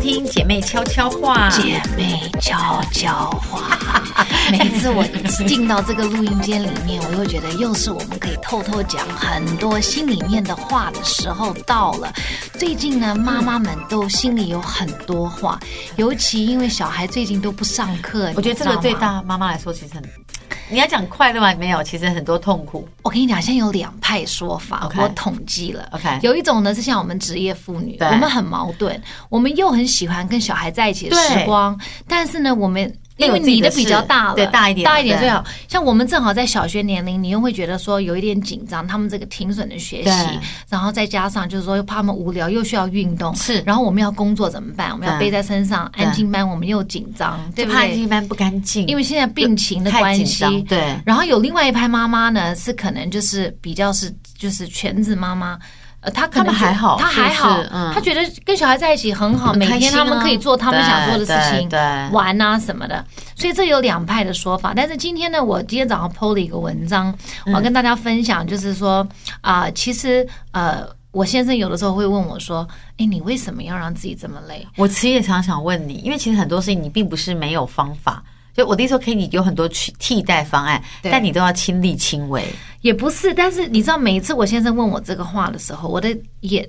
听姐妹悄悄话，姐妹悄悄 话。每一次我进到这个录音间里面，我又觉得又是我们可以偷偷讲很多心里面的话的时候到了。最近呢，妈妈们都心里有很多话，尤其因为小孩最近都不上课，我觉得这个你知对道吗大妈妈来说其实很，你要讲快乐吗？没有，其实很多痛苦。我跟你讲，现在有两派说法 OK 我统计了。 OK 有一种呢是像我们职业妇女，对我们很矛盾，我们又很喜欢跟小孩在一起的对时光，但是呢，我们。又因有为自己你的的比较事大了，对大一点大一点对最好。像我们正好在小学年龄，你又会觉得说有一点紧张，他们这个停损的学习对，然后再加上就是说又怕他们无聊，又需要运动，是然后我们要工作怎么办？我们要嗯对背在身上，对安静班我们又紧张，对就不怕一对？般不干净，因为现在病情的太关紧系张，，对，然后有另外一派妈妈呢，是可能就是比较是就是全职妈妈。呃，她可他们能还好她还好是不是，嗯她觉得跟小孩在一起很好，很每开心天啊他们可以做他们想做的事情对对对，玩啊什么的。所以这有两派的说法。但是今天呢，我今天早上 PO 了一个文章，嗯我要跟大家分享，就是说啊、其实呃，我先生有的时候会问我说：“哎，你为什么要让自己这么累？”我其实也常想问你，因为其实很多事情你并不是没有方法。就我的意思说，可以你有很多去替代方案，对但你都要亲力亲为，也不是，但是你知道，每一次我先生问我这个话的时候，我的眼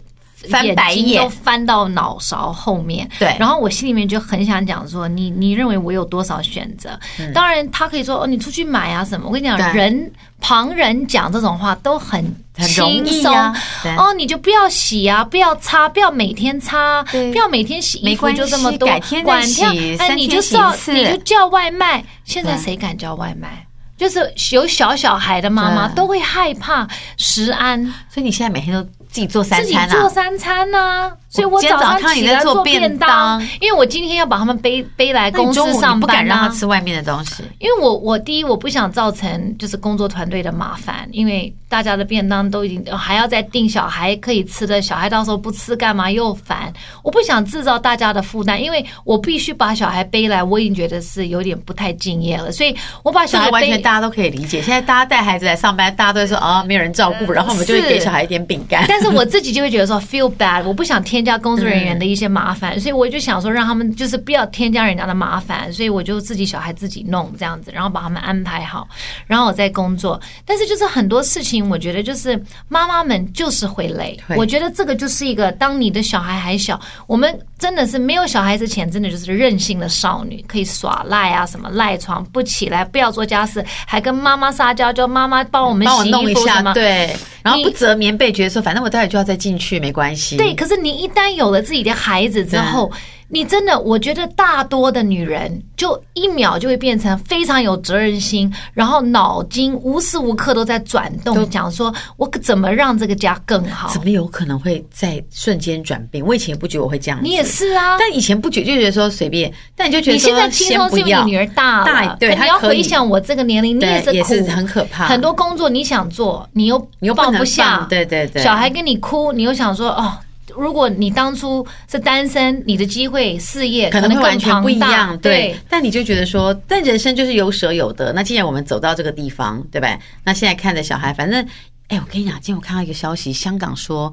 翻白眼眼睛都翻到脑勺后面。对然后我心里面就很想讲说，你你认为我有多少选择？当然，他可以说哦，你出去买啊什么。我跟你讲嗯对，人旁人讲这种话都很很容轻易松。啊对哦，你就不要洗啊，不要擦，不要每天擦，对不要每天洗没衣服关系就这么多，改天再管洗掉哎，三你天就洗一照次你就叫外卖。现在对谁敢叫外卖？就是有小小孩的妈妈对都会害怕食安，所以你现在每天都自己做三自己餐做啊，三餐呐、所以我今天早早上上看你起在来做做便便当当，因为我今天要把他们背背来那你公中司午上你不敢班让啊他。吃外面的东西，因为我我第一我不想造成就是工作团队的麻烦，因为大家的便当都已经呃还要再订小孩可以吃的，小孩到时候不吃干嘛又烦，我不想制造大家的负担，因为我必须把小孩背来，我已经觉得是有点不太敬业了，所以我把这小个孩完背全大家都可以理解。现在大家带孩子来上班，大家都会说啊，没有人照顾，然后我们就会是给小孩一点饼干。 但是我自己就会觉得说 feel bad，我不想添加工作人员的一些麻嗯烦，所以我就想说让他们就是不要添加人家的麻烦，所以我就自己小孩自己弄这样子，然后把他们安排好，然后我再工作。但是就是很多事情，我觉得就是妈妈们就是会累会，我觉得这个就是一个当你的小孩还小，我们真的是没有小孩之前，真的就是任性的少女，可以耍赖啊，什么赖床不起来，不要做家事，还跟妈妈撒娇，叫妈妈帮我们帮我洗弄衣一服下什么，，对，然后你不折棉被，觉得说反正我待会就要再进去，没关系。对，，可是你一旦有了自己的孩子之后，你真的，我觉得大多的女人就一秒就会变成非常有责任心，然后脑筋无时无刻都在转动，讲说我怎么让这个家更好怎。么有可能会在瞬间转变？我以前也不觉得我会这样子，你也是啊，但以前不觉就觉得说随便，但你就觉你得现在说轻先松不是因为要你，女儿大了，大对可她你要可以回想我这个年龄，你对，也是是苦。很可怕，很多工作你想做，你又你又不放能不下放，对对对，小孩跟你哭，你又想说哦，如果你当初是单身，你的机会、事业可能会更完全不一庞大样，对。但你就觉得说，但人生就是有舍有得。那既然我们走到这个地方，对吧？那现在看着小孩，反正，哎，我跟你讲，今天我看到一个消息，香港说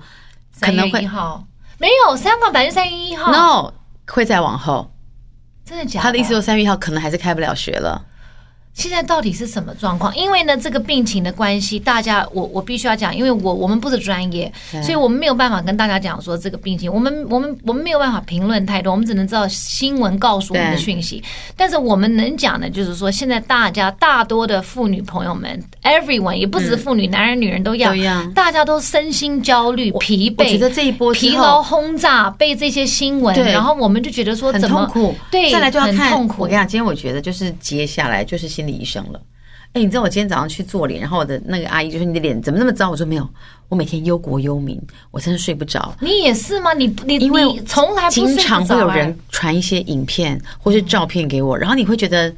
可三月能会一号没有，香港本来就三月一号 no 会再往后。真的假的？他的意思说，三月一号可能还是开不了学了。现在到底是什么状况？因为呢，这个病情的关系，大家我我必须要讲，因为我我们不是专业，所以我们没有办法跟大家讲说这个病情，我们我们我们没有办法评论太多，我们只能知道新闻告诉我们的对讯息。但是我们能讲的就是说，现在大家大多的妇女朋友们，everyone 也不只是妇女，男人女人都嗯要都一样大家都身心焦虑、疲惫，我觉得这一波之疲后劳轰炸，被这些新闻，对然后我们就觉得说很怎么痛苦。对，再来就要很看。痛苦。我跟你讲，今天我觉得就是接下来就是心理医生了。哎、你知道我今天早上去做脸，然后我的那个阿姨就说你的脸怎么那么糟？我说没有，我每天忧国忧民，我真的睡不着。你也是吗？你你因为你从来不睡经不常会着有哎人传一些影片或是照片给我，然后你会觉得，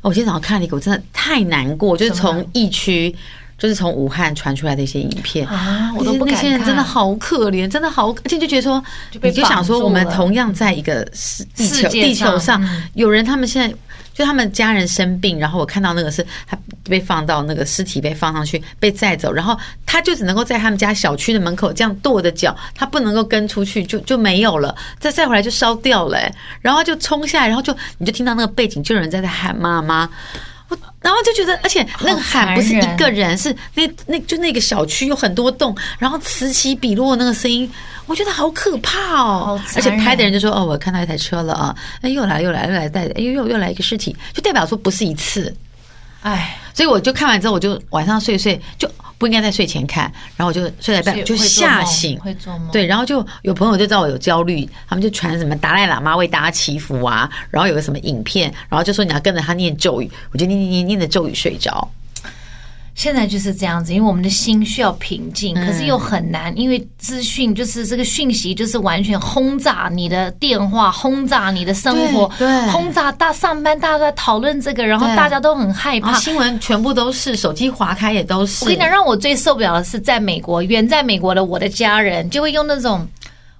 哦我今天早上看了一个，我真的太难过，就是从疫区，就是从武汉传出来的一些影片啊我都不那敢些人看真的好可怜，真的好，而且就觉得说，被你就想说，绑住我们了同样在一个世地世球界地球上上嗯，有人他们现在。就他们家人生病，然后我看到那个是他被放到那个尸体被放上去被载走，然后他就只能够在他们家小区的门口这样跺着脚，他不能够跟出去，就就没有了，再再回来就烧掉了、欸然后就冲下来，然后就你就听到那个背景就有人在那喊妈妈。我然后就觉得，而且那个喊不是一个人，是那那就那个小区有很多栋，然后此起彼落那个声音，我觉得好可怕哦好。而残且忍拍的人就说：“哦，我看到一台车了啊，哎，又来又来又来带，哎又又又来一个尸体，就代表说不是一次。”哎，所以我就看完之后，我就晚上睡睡就不应该在睡前看，然后我就睡到一所以半就会做吓梦醒，会做梦。对，然后就有朋友就知道我有焦虑，他们就传什么达赖喇嘛为大家祈福啊，然后有个什么影片，然后就说你要跟着他念咒语，我就念念念念着咒语睡着。现在就是这样子，因为我们的心需要平静，嗯可是又很难，因为资讯就是这个讯息就是完全轰炸你的电话，轰炸你的生活，对对轰炸大上班，大家都在讨论这个，然后对大家都很害然怕后。啊新闻全部都是，手机划开也都是。啊我跟你讲，让我最受不了的是，在美国远在美国的我的家人就会用那种。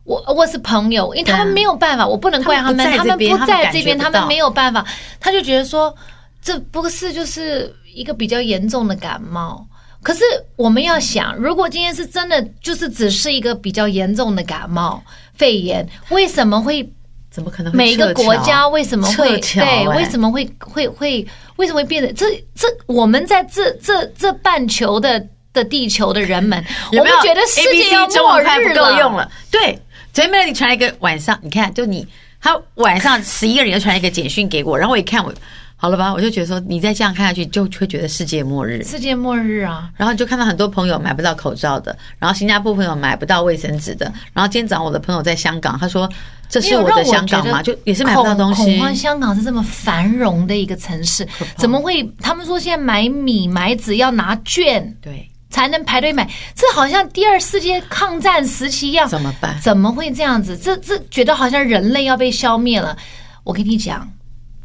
我我是朋友，因为他们对啊没有办法，我不能怪他们不们，在他这边不在这边，他他们感觉不到们没有办法，他就觉得说这不是就是一个比较严重的感冒。可是我们要想，如果今天是真的，就是只是一个比较严重的感冒肺炎，为什么会怎么可能会每一个撤侨国家为什么会撤侨对？哎为什么会会会为什么会变得这这？我们在这这这半球的的地球的人们， 有我没们有觉得世 A B 界要 C 中末文派不日够用了。了？对，昨天 Melody 传了一个晚上，你看，就你，他晚上十一个人又传了一个简讯给我，然后我一看我。好了吧，我就觉得说，你再这样看下去，就就会觉得世界末日。世界末日啊！然后就看到很多朋友买不到口罩的，然后新加坡朋友买不到卫生纸的，然后今天早上我的朋友在香港，他说这没是有我让的香港觉嘛，得就也是买不到东恐恐西。慌香港是这么繁荣的一个城市，怎么会？他们说现在买米买纸要拿券对，才能排队买，这好像第二世界抗战时期一样。怎么办？怎么会这样子？这这觉得好像人类要被消灭了。我跟你讲，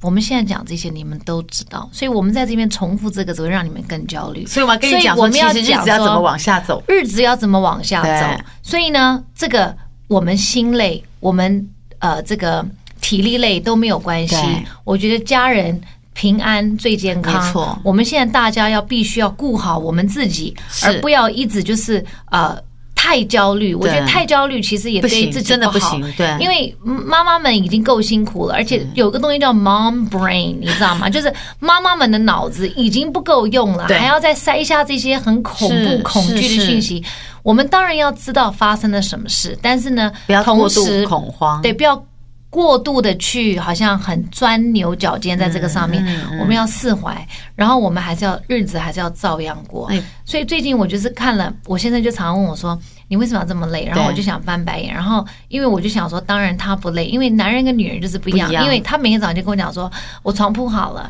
我们现在讲这些你们都知道，所以我们在这边重复这个只会让你们更焦虑。所以我要跟你讲所以我说，们其要实日讲子要怎么说往下走。日子要怎么往下走对。所以呢，这个我们心累，我们呃这个体力累都没有关系对。我觉得家人。平安最健康，没错我们现在大家要必须要顾好我们自己，是而不要一直就是呃太焦虑。我觉得对太焦虑其实也不对行自己真的不好不行对嗯因为妈妈们已经够辛苦了，而且有个东西叫 mom brain，你知 道吗？就是妈妈们的脑子已经不够用了，对还要再塞一下这些很恐是怖、恐惧是的是讯息。我们当然要知道发生了什么事，但是呢，不要同过度时恐慌对，不要过度的去好像很钻牛角尖在这个上面。嗯我们要释怀，然后我们还是要日子还是要照样过。哎所以最近我就是看了，我先生就常问我说：“你为什么要这么累？”然后我就想翻白眼，然后因为我就想说，当然他不累，因为男人跟女人就是不一样，不一样因为他每天早上就跟我讲说：“我床铺好了。”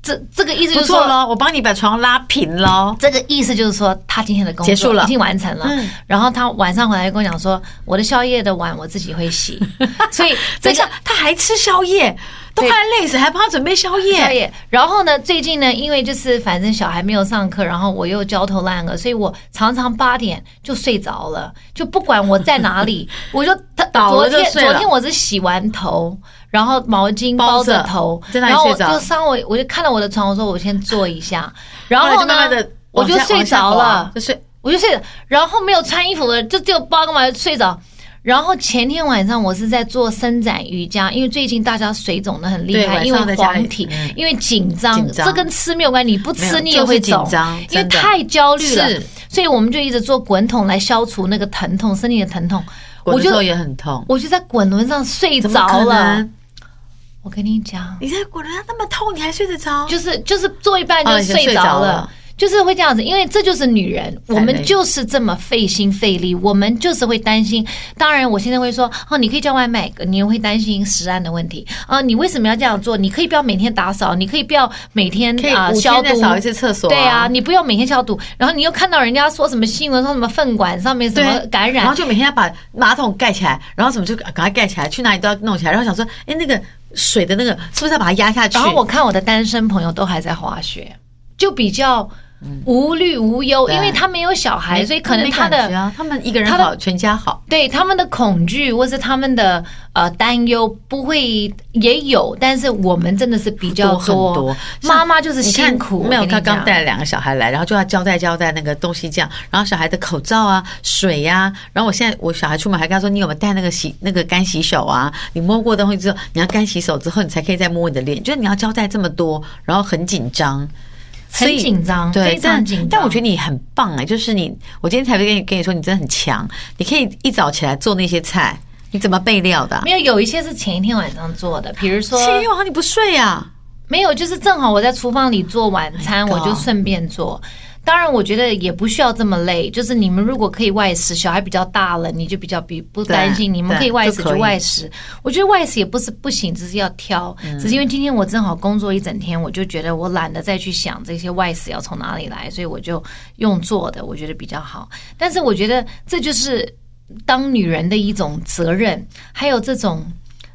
这这个意思就不是错说，喽，我帮你把床拉平喽。这个意思就是说，他今天的工作结束了已经完成了。嗯然后他晚上回来就跟我讲说，我的宵夜的碗我自己会洗，所以等这一个下，他还吃宵夜，都对快累死，还帮他准备宵宵夜。夜。然后呢，最近呢，因为就是反正小孩没有上课，然后我又焦头烂额，所以我常常八点就睡着了，就不管我在哪 里，我就他倒昨了就天睡了昨天我是洗完头。然后毛巾包包着着头，在那里然后我睡着就上我我就看到我的床，我说我先坐一下，然后来后就呢，慢慢的，我就睡着了，就睡。我就睡着，然后没有穿衣服的，就只有包干嘛就睡着。然后前天晚上我是在做伸展瑜伽，因为最近大家水肿的很厉害，对因晚上为在家里黄体嗯，因为紧张，紧张这跟吃没有关系，你不没有吃你也会就是紧肿，张因为真的太焦虑了是，所以我们就一直做滚筒来消除那个疼痛，身体的疼痛。我我就就也很痛，我就在滚轮上睡怎么着可了能。。我跟你讲，你在果然那么痛，你还睡得着？就是就是做一半就哦睡你就睡着着了。了嗯就是会这样子，因为这就是女人，太我累们就是这么费心费力，我们就是会担心。当然，我现在会说，哦，你可以叫外卖，你会担心食安的问题啊、你为什么要这样做？你可以不要每天打扫，你可以不要每天可以啊、五消天毒再扫一次厕所、对啊，，你不用每天消毒，然后你又看到人家说什么新闻，说什么粪管上面什对么，感染然后，就每天要把马桶盖起来，然后怎么就赶快盖起来，去哪里都要弄起来，然后想说，哎，那个水的那个是不是要把它压下去？然后我看我的单身朋友都还在滑雪，就比较无虑无忧，嗯对因为他没有小孩，没所以可能没他感觉的啊，他们一个人他的好，全家好，对他们的恐惧或是他们的呃担忧不会也有，但是我们真的是比较多很多。像妈妈就是你看辛苦，没有我跟他你讲刚带了两个小孩来，然后就要交代交代那个东西这样，然后小孩的口罩啊、水呀、然后我现在我小孩出门还跟他说，你有没有带那个洗那个干洗手啊？你摸过东西之后，你要干洗手之后，你才可以再摸你的脸，就是你要交代这么多，然后很紧张。所很以紧张，对，非常但紧张。但我觉得你很棒哎、就是你，我今天才跟你跟你说，你真的很强，你可以一早起来做那些菜，你怎么备料的啊、没有有一些是前一天晚上做的，比 如说七天晚上你不睡啊？没有，就是正好我在厨房里做晚餐，Oh My 我 God 就顺便做。当然，我觉得也不需要这么累。就是你们如果可以外食，小孩比较大了，你就比较比不担心。对你们可以外食对就可就以嗯外食。我觉得外食也不是不行，只是要挑。只是因为今天我正好工作一整天，我就觉得我懒得再去想这些外食要从哪里来，所以我就用做的，我觉得比较好。但是我觉得这就是当女人的一种责任，还有这种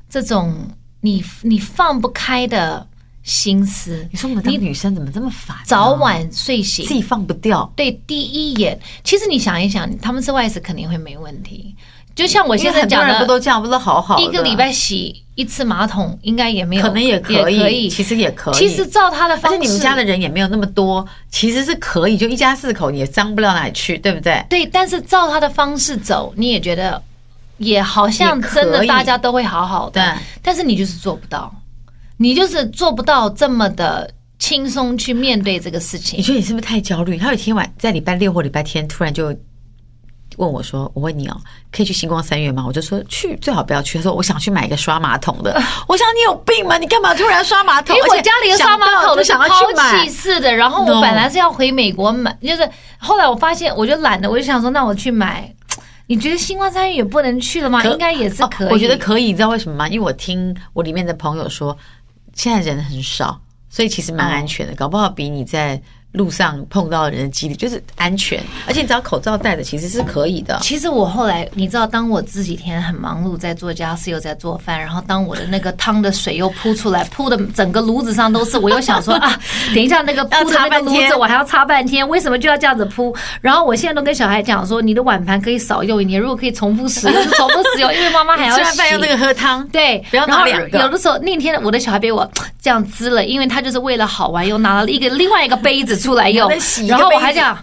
这种你你放不开的心思，你说我们当女生怎么这么烦、啊早晚睡醒嗯自。己放不掉，对，第一眼，其实你想一想，他们是外食肯定会没问题。就像我因为现在很多讲人不的，都这样，不都好好的一个礼拜洗一次马桶，应该也没有，可能也可以，也可以。其实也可以。其实照他的而方且式，你们家的人也没有那么多，其实是可以，就一家四口你也脏不了哪里去，对不对？对，但是照他的方式走，你也觉得也好像也可以真的大家都会好好的对，但是你就是做不到，你就是做不到这么的轻松去面对这个事你情。觉得你是不是太焦虑？他有一天晚在礼拜六或礼拜天突然就问我说：“我问你哦，可以去星光三月吗？”我就说：“去，最好不要去。”他说：“我想去买一个刷马桶 的。”我想你有病吗？你干嘛突然刷马桶？因为而我且家里有刷马想桶到的就是想要抛去买弃。式的，然后 No 我本来是要回美国买，就是后来我发现我就懒得，我就想说那我去买。你觉得星光三月也不能去了吗？可应该也是哦可以。我觉得可以，你知道为什么吗？因为我听我里面的朋友说，现在人很少，所以其实蛮安全的，搞不好比你在路上碰到的人的几率就是安全，而且你只要口罩戴着，其实是可以的。其实我后来，你知道，当我这几天很忙碌，在做家事又在做饭，然后当我的那个汤的水又扑出来，扑的整个炉子上都是，我又想说 啊，等一下那个要扑的擦那个半炉子天我还要擦半天，为什么就要这样子扑？然后我现在都跟小孩讲说，你的碗盘可以少用一点，如果可以重复使用就重复使用，因为妈妈还 要吃完洗饭。用那个喝汤，对，不要然后拿两个有的时候那天我的小孩被我这样滋了，因为他就是为了好玩，又拿了一个另外一个杯子出来用还在 洗，一个然后我杯子还讲，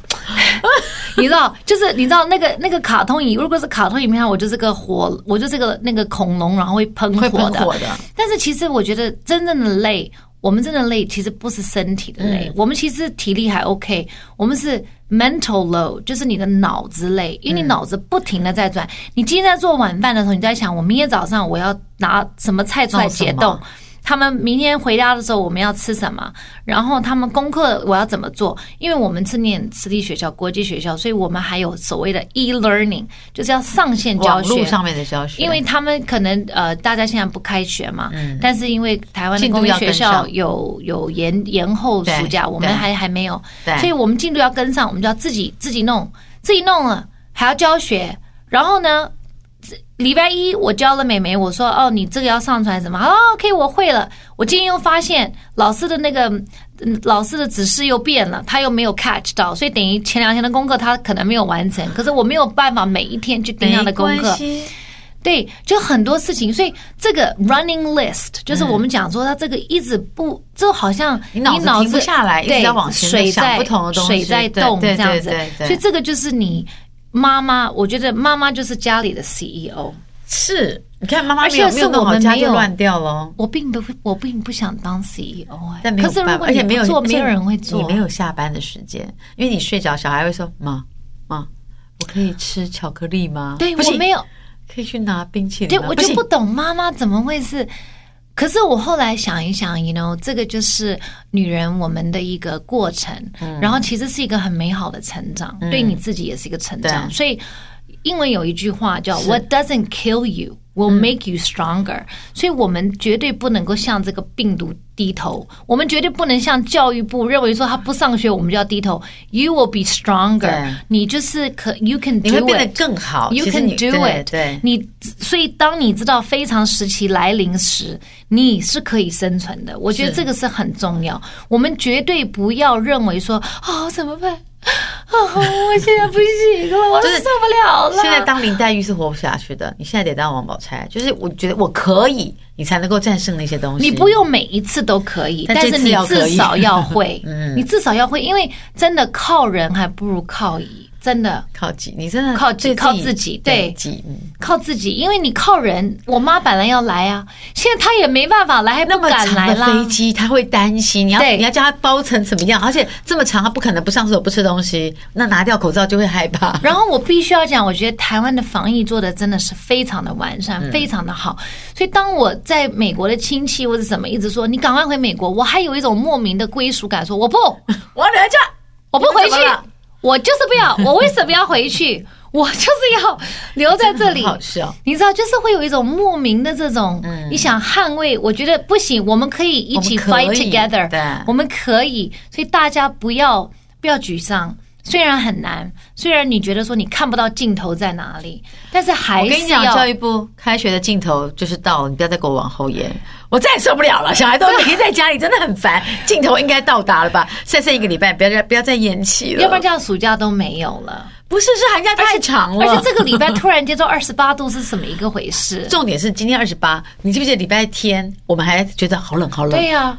你知道，就是你知道那个那个卡通影，如果是卡通影片，我就是个火，我就是个那个恐龙，然后会喷会火喷的。火的。但是其实我觉得真正的累，我们真的累，其实不是身体的嗯累，我们其实体力还 OK，我们是 mental load，就是你的脑子累，因为你脑子不停的在转。嗯你今天在做晚饭的时候，你在想我明天早上我要拿什么菜出来弄什么解冻。他们明天回家的时候我们要吃什么？然后他们功课我要怎么做？因为我们是念私立学校、国际学校，所以我们还有所谓的 e learning，就是要上线教网学。络上面的教学，嗯因为他们可能呃，大家现在不开学嘛，但是因为台湾的进度公立要学跟校上有有延延后暑假，对我们对还还没有，对所以我们进度要跟上，我们就要自己自己弄，自己弄了还要教学，然后呢，礼拜一我教了美眉，我说哦，你这个要上传什么？哦，OK，我会了。我今天又发现老师的那个嗯老师的指示又变了，他又没有 catch 到，所以等于前两天的功课他可能没有完成。可是我没有办法每一天去盯他的功没课关，系对，就很多事情，所以这个 running list 就是我们讲说，它这个一直不，就好像嗯你脑子脑停不下来对一直在往前水想在不同的东西水在对动这对样对子对，对所以这个就是你妈妈，我觉得妈妈就是家里的 E CEO。是，你看妈妈而没且有是没有弄我好们家没有就乱掉喽。我并不，我并不想当 CEO 哎、但没有可是如办法果而且你没有不做，而且没有人会做。你没有下班的时间，因为你睡着，小孩会说妈妈，我可以吃巧克力吗？对不我行没有，可以去拿冰淇淋对吗。我就啊行不懂妈妈怎么会是。可是我后来想一想，you know，这个就是女人我们的一个嗯过程，然后其实是一个很美好的成长，对你自己也是一个成长，对所以。英文有一句话叫 “What doesn't kill you 嗯 will make you stronger”，、所以我们绝对不能够向这个病毒低头，我们绝对不能向教育部认为说他不上学我们就要低头。You will be 对 stronger，你就是可 you can do 你会变得 it 更好。 You 其实 can 你 do 对 it 对你所以当你知道非常时期来临时，你是可以生存的。我觉得是这个是很重要。我们绝对不要认为说啊、怎么办啊、我现在不行了，我 就是受不了了。现在当林黛玉是活不下去的，你现在得当王宝钗。啊就是我觉得我可以，你才能够战胜那些东西。你不用每一次都可以，但但这是次你要嗯可至以少 要会，你至少要会，因为真的靠人还不如靠己，真的。靠挤，你真的靠挤对靠自己对挤。嗯靠自己，因为你靠人。我妈本来要来啊，现在她也没办法来，还那不么敢长来的啦。飞机，他会担心，你要对你要叫他包成怎么样？而且这么长，他不可能不上厕所、不吃东西，那拿掉口罩就会害怕。然后我必须要讲，我觉得台湾的防疫做的真的是非常的完善，嗯非常的好。所以当我在美国的亲戚或者什么一直说你赶快回美国，我还有一种莫名的归属感，说我不， 我要留下，我不回去你们怎么了，我就是不要，我为什么要回去？我就是要留在这 里。好笑。你知道，就是会有一种莫名的这种，你想捍卫，我觉得不行，我们可以一起嗯我们 fight 可以 together，对我们可以，所以大家不要不要沮丧。虽然很难，虽然你觉得说你看不到尽头在哪里，但是还我跟是你讲，要教育部开学的尽头就是到了，你不要再给我往后延。我再也受不了了，小孩都每天在家里，真的很 烦。尽头应该到达了吧？再剩一个礼拜，不要再不要再延期了。要不然这样暑假都没有了。不是是寒假太长了。而且这个礼拜突然 间到二十八度是怎么一个回事？重点是今天二十八，你记不记得礼拜天我们还觉得好冷好冷？对呀、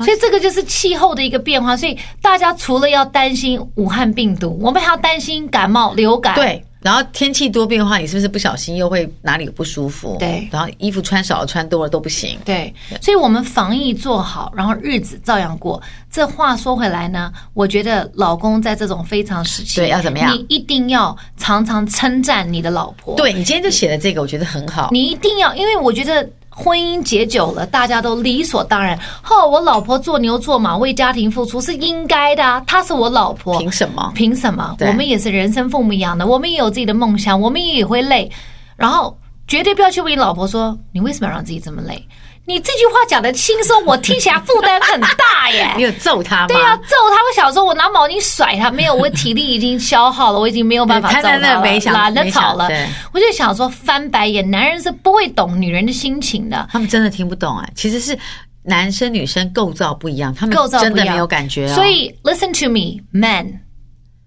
所以这个就是气候的一个变化。所以大家除了要担心武汉病毒，我们还要担心感冒、流感。对，然后天气多变的话，你是不是不小心又会哪里不舒服？对然后衣服穿少了穿多了都不行。对，所以我们防疫做好，然后日子照样过。这话说回来呢，我觉得老公在这种非常时期，对要怎么样你一定要常常称赞你的老婆。，对你今天就写的这个，我觉得很好。你一定要，因为我觉得。婚姻解久了，大家都理所当然。哦，我老婆做牛做马，为家庭付出是应该的啊。她是我老婆，凭什 么？凭什么？对我们也是人生父母养的，我们也有自己的梦想，我们也会累。然后绝对不要去问你老婆说你为什么要让自己这么累？你这句话讲的轻松，我听起来负担很大 你耶。有揍他吗？对啊，揍他！我小时候我拿毛巾甩他，没有，我体力已经消耗了，我已经没有办法对揍他他在那了，没想懒得没想吵了对。我就想说翻白眼，男人是不会懂女人的心情的。他们真的听不懂哎、其实是男生女生构造不一样，他们构造不一真样的没有感觉、哦。所以，listen to me, man，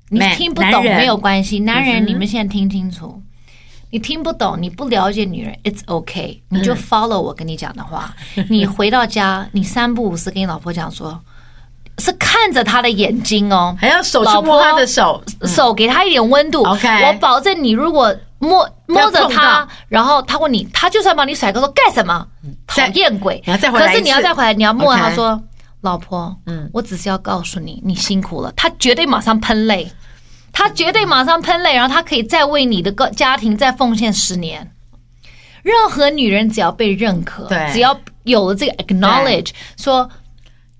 你 Man，听不男懂人嗯没有关系，男人，你们现在听清楚。你听不懂，你不了解女人，it's okay，你嗯就 follow 我跟你讲 的话。你回到家，你三不五时跟你老婆讲说，是看着她的眼睛哦，还要手去摸他的手，手嗯给她一点温度。 OK 我保证你如果摸要摸着碰她到，然后她问你，她就算把你甩开说干什么，嗯讨再厌鬼。你要再回可来一是你要次再回来，你要摸 OK 她说。老婆，嗯，我只是要告诉你，你辛苦了。她绝对马上喷泪，她绝对马上喷泪，然后她可以再为你的个家庭再奉献十年。任何女人只要被认可对，只要有了这个 acknowledge，说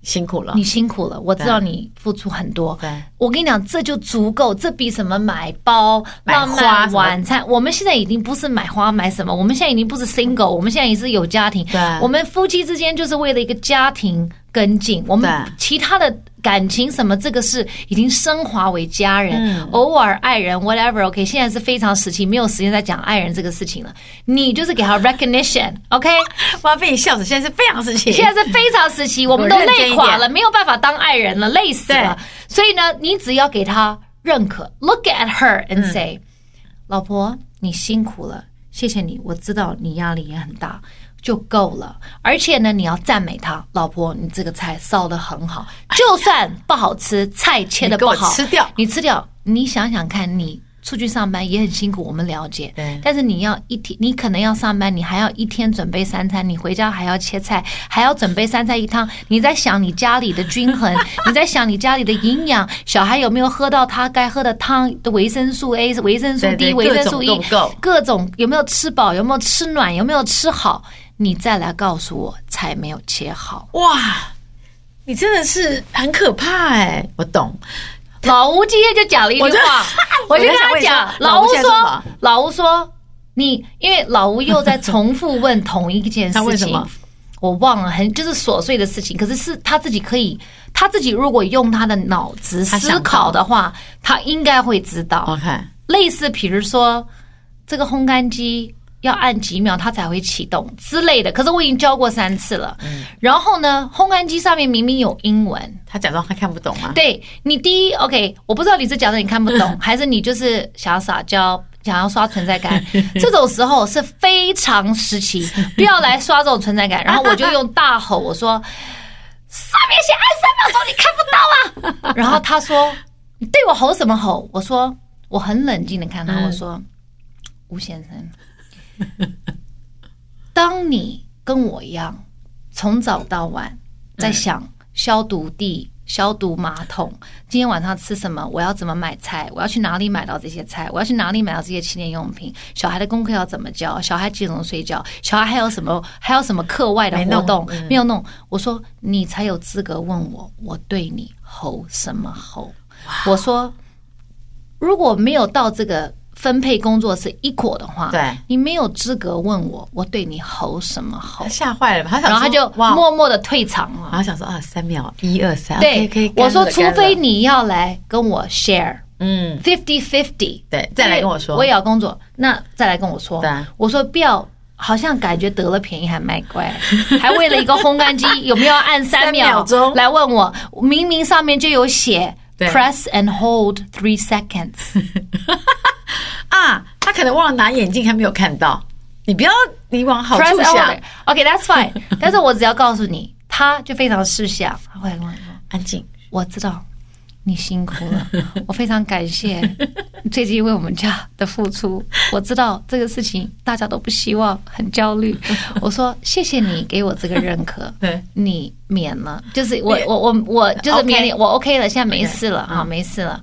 辛苦了你。辛苦了，我知道你付出很多对。我跟你讲，这就足够，这比什么买包、买花浪漫什么晚餐，我们现在已经不是买花买什么，我们现在已经不是 single，我们现在也是有家庭对。我们夫妻之间就是为了一个家庭跟进，我们对其他的感情什么，这个是已经升华为家人，嗯偶尔爱人 whatever。OK，现在是非常时期，没有时间再讲爱人这个事情了。你就是给他 recognition。OK。我要被你笑死，现在是非常时期。现在是非常时期，我们都累垮了，没有办法当爱人了，累死了。所以呢，你只要给他认可，look at her 嗯 and say，、老婆，你辛苦了，谢谢你，我知道你压力也很大。就够了，而且呢，你要赞美他，老婆，你这个菜烧的很好，就算不好吃，菜切的你给不我好，吃掉你吃掉，你想想看，你出去上班也很辛苦，我们了解。对但是你要一天，你可能要上班，你还要一天准备三餐，你回家还要切菜，还要准备三菜一汤。你在想你家里的均 衡，你在想你家里的营养，小孩有没有喝到他该喝的汤的维生素 A、维生素对 D、对维生素各 E，种够不够各种有没有吃饱，有没有吃暖，有没有吃好，你再来告诉我菜没有切好。 欸哇，你真的是很可怕哎、我懂。老吴今天就讲了一句我就话，我就跟他讲，老我吴在想问一下老吴现在在干说嘛，老吴说，你因为老吴又在重复问同一件 他事问什情么。我忘了，很就是琐碎的事情，可是是他自己可以，他自己如果用他的脑子他想思到考的话，他应该会知道。 OK，类似比如说这个烘干机要按几秒它才会启动之类的。可是我已经教过三次了。嗯然后呢，烘干机上面明明有英文，他假装他看不懂啊。对你第一 OK，我不知道你是假装你看不懂，还是你就是想要撒娇。想要刷存在感，这种时候是非常时期，不要来刷这种存在感。然后我就用大吼，我说：“上面写按三秒钟，你看不到啊！”然后他说：“你对我吼什么吼？”我说：“我很冷静的看他，我说，吴先生， 当你跟我一样，从早到晚在想消毒地、消毒马桶，今天晚上吃什么？我要怎么买菜？我要去哪里买到这些菜？我要去哪里买到这些清洁用品？小孩的功课要怎么教？小孩几点钟睡觉？小孩还有什么还有什么课外的没活弄动？没有弄。我说你才有资格问我，我对你吼什么吼？我说如果没有到这个分配工作是 equal 的话，对你没有资格问我，我对你吼什么吼他？吓坏了吧？他想然说后他就哇，默默的退场了。然后想说啊，三秒，一二三，对 o k 我说除非你要来跟我 share 嗯， fifty fifty，对，再来跟我说，我也要工作，那再来跟我说对啊。我说不要，好像感觉得了便宜还卖乖， 还为了一个烘干机有没有按三三秒钟来问我，明明上面就有写对 press and hold three seconds，啊，他可能忘了拿眼镜，还没有看到。你不要，你往好 press 处 and 哦想 hold。OK，that's fine。但是我只要告诉你，他就非常识相，他会来跟我说。安静。我知道你辛苦了，我非常感谢你最近为我们家的付出。我知道这个事情大家都不希望，很焦虑。我说谢谢你给我这个认可， 对你免了，就是我我我我就是免你， OK 我 OK 了，现在没事了啊，没事了，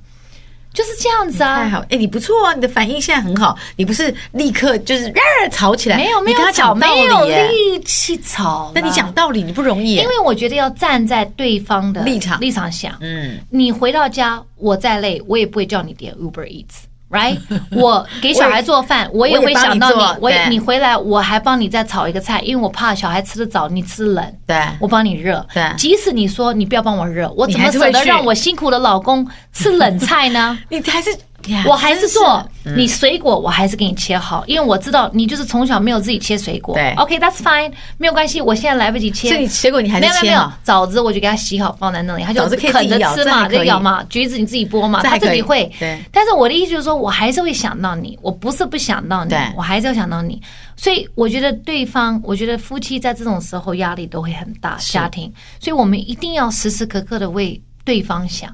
就是这样子太啊。好，哎、你不错啊，你的反应现在很好，你不是立刻就是、呃、吵起来，没有没你跟有他吵，讲道没理、有耶力气吵啦。那你讲道理，你不容易耶、因为我觉得要站在对方的立场立场想，嗯，你回到家，我再累，我也不会叫你点 Uber Eats。Right，我 给小孩做饭，我也我会也帮想你到做你，我也对你回来，我还帮你再炒一个菜，因为我怕小孩吃的早，你吃得冷，对我帮你热。对即使你说你不要帮我热，我怎么还是舍会得去让我辛苦的老公吃冷菜呢？你还是呀 我还是真做你水果，我还是给你切好，因为我知道你就是从小没有自己切水果。对 o k that's fine，没有关系，我现在来不及切。所以结果你还没是哦有没有没切有好，枣子我就给它洗好放在那里，它就枣子可以自啃己着咬吃这还嘛，可以就咬嘛，橘子你自己剥嘛，这它还自己可以会。对但是我的意思就是说，我还是会想到你，我不是不想到你对，我还是要想到你。所以我觉得对方，我觉得夫妻在这种时候压力都会很大，家庭，所以我们一定要时时刻刻的为对方想。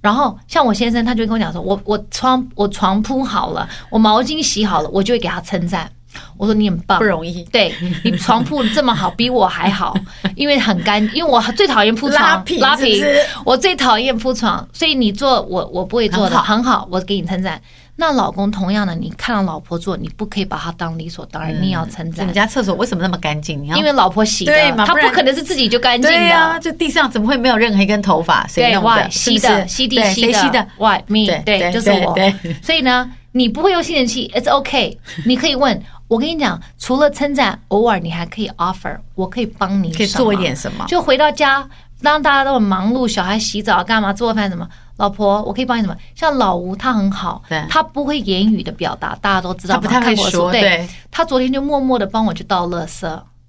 然后像我先生，他就会跟我讲说，我我床我床铺好了，我毛巾洗好了，我就会给他称赞。我说你很棒，不容易对你床铺这么好，比我 还好，因为很干，因为我最讨厌铺床拉皮拉是不皮是，我最讨厌铺床，所以你做我我不会做的很好很好，我给你称赞。那老公同样的，你看到老婆做，你不可以把她当理所当然，你也要称嗯你赞们，家厕所为什么那么干净？你要因为老婆洗的对，嘛她不不然可能是自己就干净对呀、的。这地上怎么会没有任何一根头发？谁对弄，why 的？吸是不是的吸地对谁吸的？ ，why me 对对，对就是我对。所以呢，你不会用吸尘器，it's okay，你可以问。 我跟你讲，除了称赞，偶尔你还可以 offer，我可以帮你，可以做一点什么啊就回到家，当大家都很忙碌，小孩洗澡干嘛、做饭什么，老婆，我可以帮你什么？像老吴他很好对，他不会言语的表达，大家都知道嘛，他不太会看过书说对对，他昨天就默默的帮我去倒垃圾，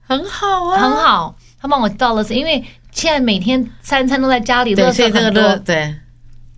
很好啊，很好，他帮我倒垃圾，因为现在每天三餐都在家里，垃对，圾所以这个很多。乐对。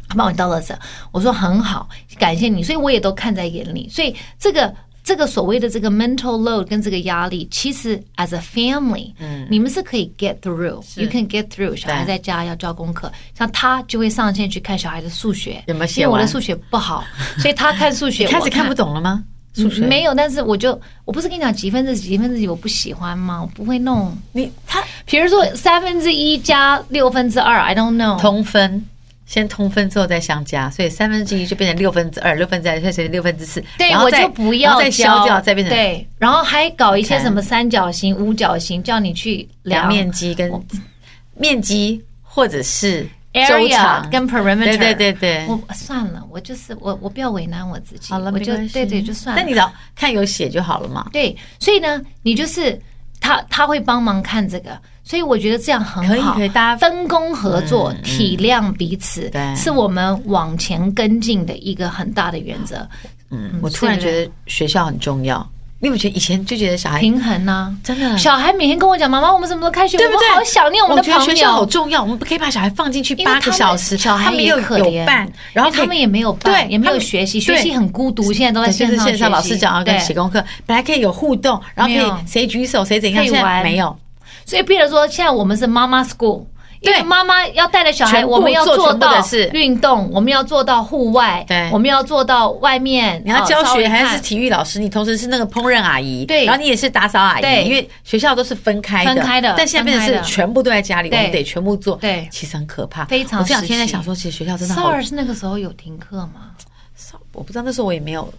他帮我倒垃圾，我说很好，感谢你，所以我也都看在眼里。所以这个这个所谓的这个 mental load 跟这个压力，其实 as a family，嗯，你们是可以 get through，you can get through。小孩在家要交功课，像他就会上线去看小孩的数学，有没有写因为我的完数学 不好，所以他看数学，你 开我始看不懂了吗？数学没有，但是我就我不是跟你讲几分之几几分之几我不喜欢吗？我不会弄。你他比如说三分之一加六分之二，I don't know。通分，先通分之后再相加，所以三分之一就变成六分之二，六分之二再变成六分之四，对，然后我再就不然要后再教消掉，再变成对，然后还搞一些 OK 什么三角形、五角形，叫你去两量面积跟面积或者是周 area 长跟 perimeter。对对对对我算了，我就是我，我不要为难我自己。好了，我没就关系对对，就算了。但你只要看有写就好了嘛。对，所以呢，你就是他，他会帮忙看这个，所以我觉得这样很可以好，可以大家分工合作，嗯体谅彼此，对是我们往前跟进的一个很大的原则。嗯，我突然是不觉是得学校很重要。你有没有觉得以前就觉得小孩平衡呢、真的小孩每天跟我讲：“妈妈，我们什么时候开学？对不对？我们好想念我们的觉得朋学校好友。重要，我们不可以把小孩放进去因为他八们个小时，小孩他们也又可怜有伴，”然后哎因为他们也。也没有对办，也没他有们学习，对学习很孤独。现在都在对，线就是上线上老师讲要对跟写功课，本来可以有互动，然后可没有以谁举手谁怎样，可以现在玩哦没有，所以，譬如说，现在我们是妈妈 school。因对为妈妈要带着小孩，全部我们要做做全部的到事运动，我们要做到户外，对我们要做到外面。你要呃教稍微学还是看体育老师，你同时是那个烹饪阿姨，对然后你也是打扫阿对姨，因为学校都是分开的，分开的但现在变分成开的是全部都在家里，我对们得全部做，对其实很可怕。非常我这两天在时期想说，其实学校真的好， SARS 那个时候有停课吗？我不知道那时候我也没有，，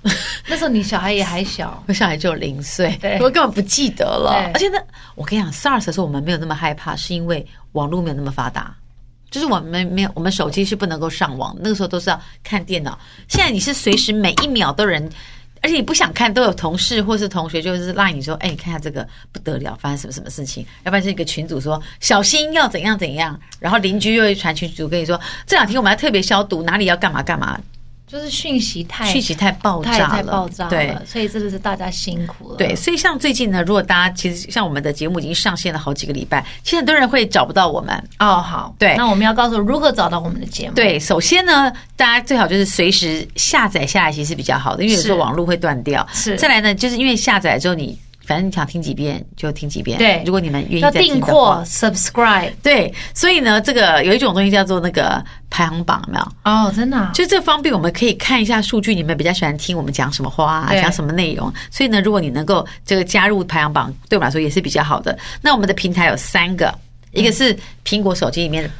那时候你小孩也还小我小孩就零岁对，我根本不记得了对。而且呢，我跟你讲，SARS 的时候我们没有那么害怕，是因为网络没有那么发达，就是我们没有，我们手机是不能够上网，那个时候都是要看电脑。现在你是随时每一秒都有人。而且你不想看，都有同事或是同学，就是赖你说：“哎、你看一下这个不得了，发生什么什么事情？”要不然是一个群主说：“小心要怎样怎样。”然后邻居又会传群主跟你说：“这两天我们要特别消毒，哪里要干嘛干嘛。就是讯息”太讯息太爆太炸哎太了，爆炸对，了，所以真的是大家辛苦了。对，所以像最近呢，如果大家其实像我们的节目已经上线了好几个礼拜，其实很多人会找不到我们。哦，好，对那我们要告诉如何找到我们的节目。，对，首先呢，大家最好就是随时下载下来，其实比较好的，因为有时候是网络会断掉。是再来呢，就是因为下载之后你，反正你想听几遍就听几遍。对如果你们愿意要再听订的话货。subscribe。对，所以呢，这个有一种东西叫做那个排行榜，有没有？哦，真的啊，就这方面，我们可以看一下数据，你们比较喜欢听我们讲什么话、啊，对讲什么内容。所以呢，如果你能够这个加入排行榜，对我们来说也是比较好的。那我们的平台有三个，嗯一个是苹果手机里面的，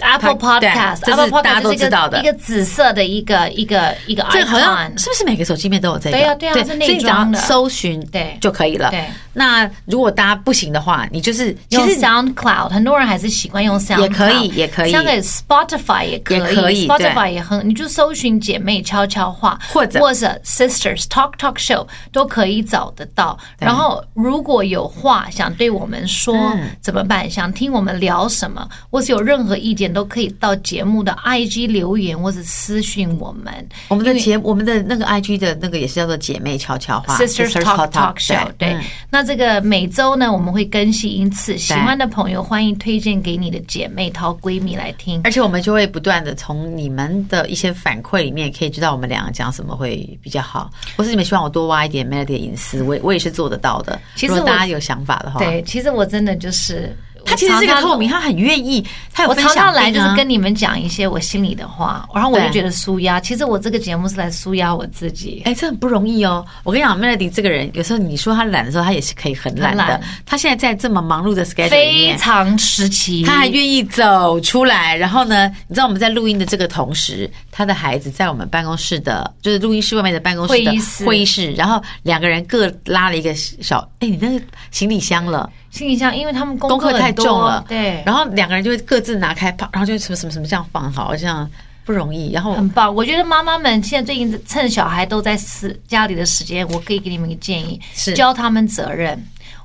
Apple 对 Podcast，Apple 这是 Podcast 大家都就是一个知道的一个紫色的一个一个一个这个好像 icon，是不是每个手机里面都有这个？对啊对啊是所内以你只要装的搜寻对就可以了对。那如果大家不行的话，你就是其用实 SoundCloud，很多人还是习惯用 SoundCloud，也可以也可以像个 Spotify 也可以也可以 s p o t i f y 也很，你就搜寻姐妹悄悄话，或者或者 Sisters Talk Talk Show 都可以找得到。然后如果有话想对我们说、嗯怎么办，想听我们聊什么，或是有任何意见，都可以到节目的 IG 留言或者私讯我们。我们的节我们的那个 IG 的那个也是叫做姐妹悄悄话 Sisters Talk Talk Show。对，嗯那这个每周呢，我们会更新一次，喜欢的朋友欢迎推荐给你的姐妹淘闺蜜来听。而且我们就会不断的从你们的一些反馈里面，可以知道我们两个讲什么会比较好，或是你们希望我多挖一点 m e l o d 的隐私，我也我也是做得到的。其实如果我大家有想法的话，，对，其实我真的就是，他其实是我个常常透明，。他很愿意，他有我分常享常来欲就啊是跟你们讲一些我心里的话，然后我对就觉得舒压。其实我这个节目是来舒压我自己。哎，这很不容易哦！我跟你讲，Melody 这个人，有时候你说他懒的时候，他也是可以很懒很的懒。他现在在这么忙碌的 schedule 里非面，常时期，他还愿意走出来。然后呢，你知道我们在录音的这个同时，他的孩子在我们办公室的，就是录音室外面的办公室的会议室会议室，然后两个人各拉了一个小，哎，你那个行李箱了，心里想，因为他们功功课太很多重了，对，然后两个人就会各自拿开，啪然后就什么什么什么这样放好，这样不容易。然后很棒，我觉得妈妈们现在最近趁小孩都在私家里的时间，我可以给你们一个建议，是教他们责任。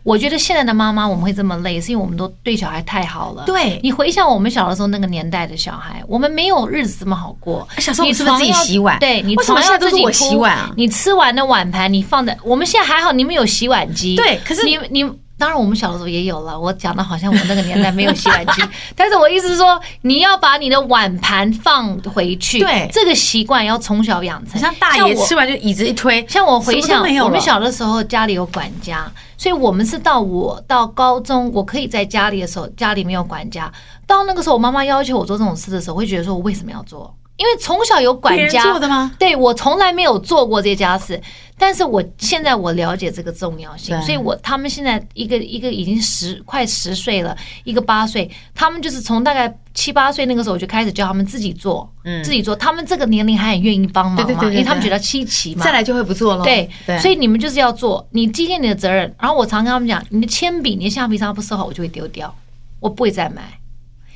我觉得现在的妈妈我们会这么累，是因为我们都对小孩太好了。对你回想我们小的时候那个年代的小孩，我们没有日子这么好过。小时候我你们是不是床自己要洗碗对你为什么床现在要都自是己我铺洗碗啊你吃完的碗盘你放在，我们现在还好，你们有洗碗机。对可是你你。当然，我们小的时候也有了。我讲的好像我那个年代没有洗碗机， 但是我意思是说，你要把你的碗盘放回去，对这个习惯要从小养成。很像大爷我吃完就椅子一推，像我回什么想都没有，了我们小的时候家里有管家，所以我们是到我到高中，我可以在家里的时候，家里没有管家。到那个时候，我妈妈要求我做这种事的时候，我会觉得说我为什么要做？因为从小有管别人家做的吗？对我从来没有做过这家事，但是我现在我了解这个重要性，对所以我他们现在一个一个已经十快十岁了，一个八岁，他们就是从大概七八岁那个时候我就开始教他们自己做，自己做，他们这个年龄还很愿意帮忙嘛，嗯对对对对因为他们对觉得稀奇嘛再。来就哦会不做了。对，所以以你们就是要做，你今天你的责任。然后我常跟他们讲，你的铅笔、你的橡皮擦不收好，我就会丢掉，我不会再买。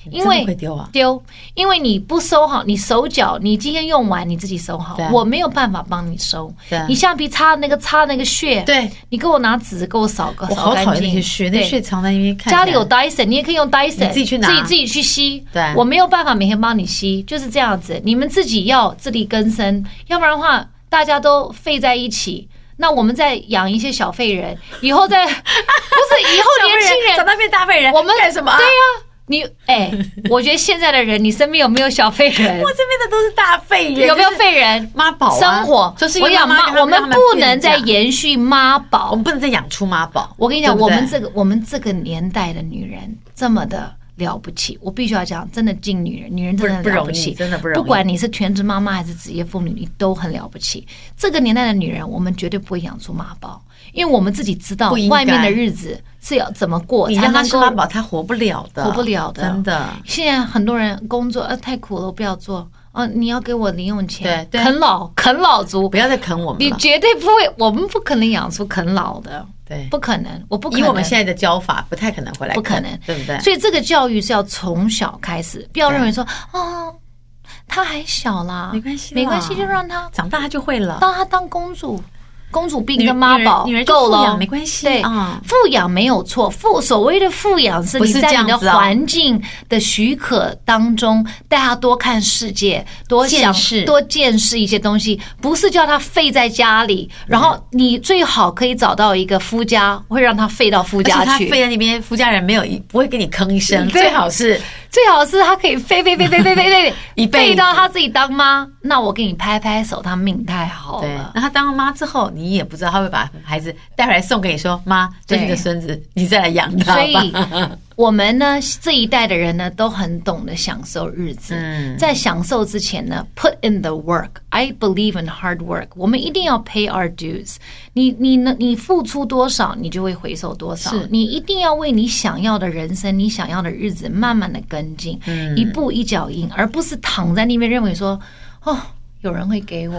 因为真的会丢啊丢，因为你不收好，你手脚你今天用完你自己收好对啊，我没有办法帮你收对啊。你橡皮擦那个擦那个屑，对你给我拿纸给我扫个我扫好讨干厌那净。些屑，那对屑藏在那边看起来。家里有 Dyson，你也可以用 Dyson，你自己去拿自己自己去吸。对我没有办法每天帮你吸，就是这样子。你们自己要自力更生，要不然的话，大家都废在一起。那我们再养一些小废人，以后 再不是以后小年废轻人长大变大废人，我们干什么？啊对呀、你哎、 我觉得现在的人，你身边有没有小废人我？这边的都是大废人，有没有就是废人？妈宝啊生活就是因我为讲妈妈妈，让我他们不变成能这再样延续妈我宝们。不能再养出妈宝。我跟你讲，对不我对们这个我们这个年代的女人这么的了不起，我必须要讲，真的敬女人，女人真的不不了容易起，真的不容易不管你是全职妈妈还是职业妇女，你都很了不起。这个年代的女人，我们绝对不会养出妈宝，因为我们自己知道不应该外面的日子是要怎么过，你才让他能吃够妈宝，他活不了的，活不了的真的。现在很多人工作呃太苦了，我不要做。哦、你要给我零用钱，对对啃老啃老族不，要再啃我们你了，绝对不会，我们不可能养出啃老的，对，不可能，我不可以能。我们现在的教法，不太可能回来啃，不可能对不对？所以这个教育是要从小开始，不要对认为说哦，他还小啦，没关系啦没关系，就让他长大他就会了。当他当公主，公主病女跟妈宝女人女人就够富了，养没关系对，嗯富养没有错，富所谓的富养是不你是在你这的样子哦环境的许可当中，带他多看世界，多见想识多见识一些东西，不是叫他废在家里。然后嗯你最好可以找到一个夫家，会让他废到夫而且家他去。废在那边，夫家人没有一不会给你吭一声，对最好是最好是他可以飞飞飞飞飞飞飞 一辈子飞到他自己当妈，那我给你拍拍手，他命太好对了。。那他当了妈之后，你也不知道他会把孩子带回来送给你说，妈，这是你的对孙子，你再来 养他所以吧。我们呢这一代的人呢都很懂得享受日子，嗯在享受之前呢，put in the work。I believe in hard work。我们一定要 pay our dues 你。你呢？你付出多少，你就会回收多少是。你一定要为你想要的人生、你想要的日子慢慢的跟进，嗯一步一脚印，而不是躺在那边认为说，哦，有人会 给我。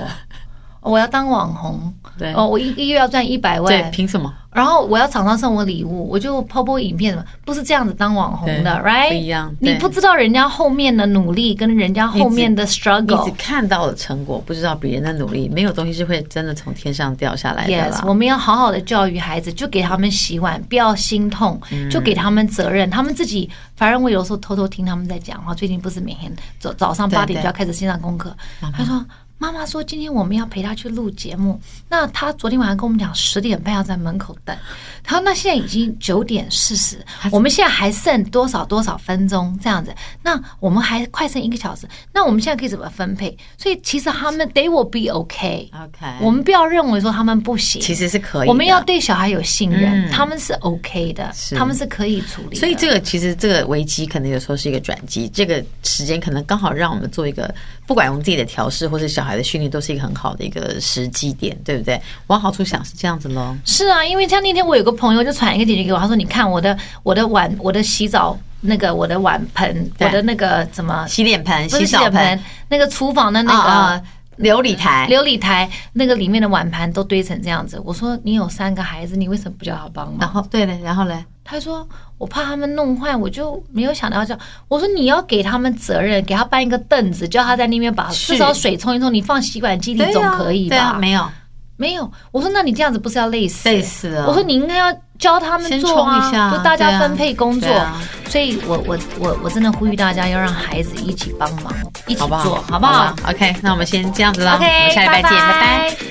哦我要当网红，对哦，我一个月要赚一百万，对，凭什么？然后我要厂商送我礼物，我就抛播影片什么，不是这样子当网红的对，right？不一样对你不知道人家后面的努力跟人家后面的你只 struggle。看到了成果，不知道别人的努力，没有东西是会真的从天上掉下来的 Yes，啦。我们要好好的教育孩子，就给他们洗碗，不要心痛，嗯就给他们责任，他们自己。反正我有时候偷偷听他们在讲话，最近不是每天早早上八点对就要开始线上功课，他说。妈妈说：“今天我们要陪他去录节目，那他昨天晚上跟我们讲十点半要在门口等。他说那现在已经九点四十，我们现在还剩多少多少分钟这样子？那我们还快剩一个小时，那我们现在可以怎么分配？所以其实他们 they will be okay， OK，我们不要认为说他们不行，其实是可以的，嗯我们要对小孩有信任，他们是 OK 的，他们是可以处理的。所以这个其实这个危机可能有时候是一个转机，这个时间可能刚好让我们做一个，不管我们自己的调试或是小孩的训练，都是一个很好的一个时机点，对不对？往好处想是这样子喽。是啊，因为像那天我有个朋友就传一个姐姐给我，她说：“你看我的我的碗，我的洗澡那个我的碗盆，我对的那个怎么洗脸盆、呃不是洗澡脸盆，那个厨房的那个。啊、个琉璃台，琉璃台那个里面的碗盘都堆成这样子，我说你有三个孩子，你为什么不叫他帮忙然？后对了，然后嘞，他说我怕他们弄坏，我就没有想到这样。我说你要给他们责任，给他搬一个凳子，叫他在那边把是至少水冲一冲，你放洗碗机里对总啊可以吧？对啊，没有没有，我说那你这样子不是要累死？累死了。我说你应该要教他们先做啊，冲一下就大对家啊分配工作。对啊所以我我我我真的呼吁大家要让孩子一起帮忙，一起好不做，好？好不好？OK，那我们先这样子啦 o k 我们下礼拜见，拜拜拜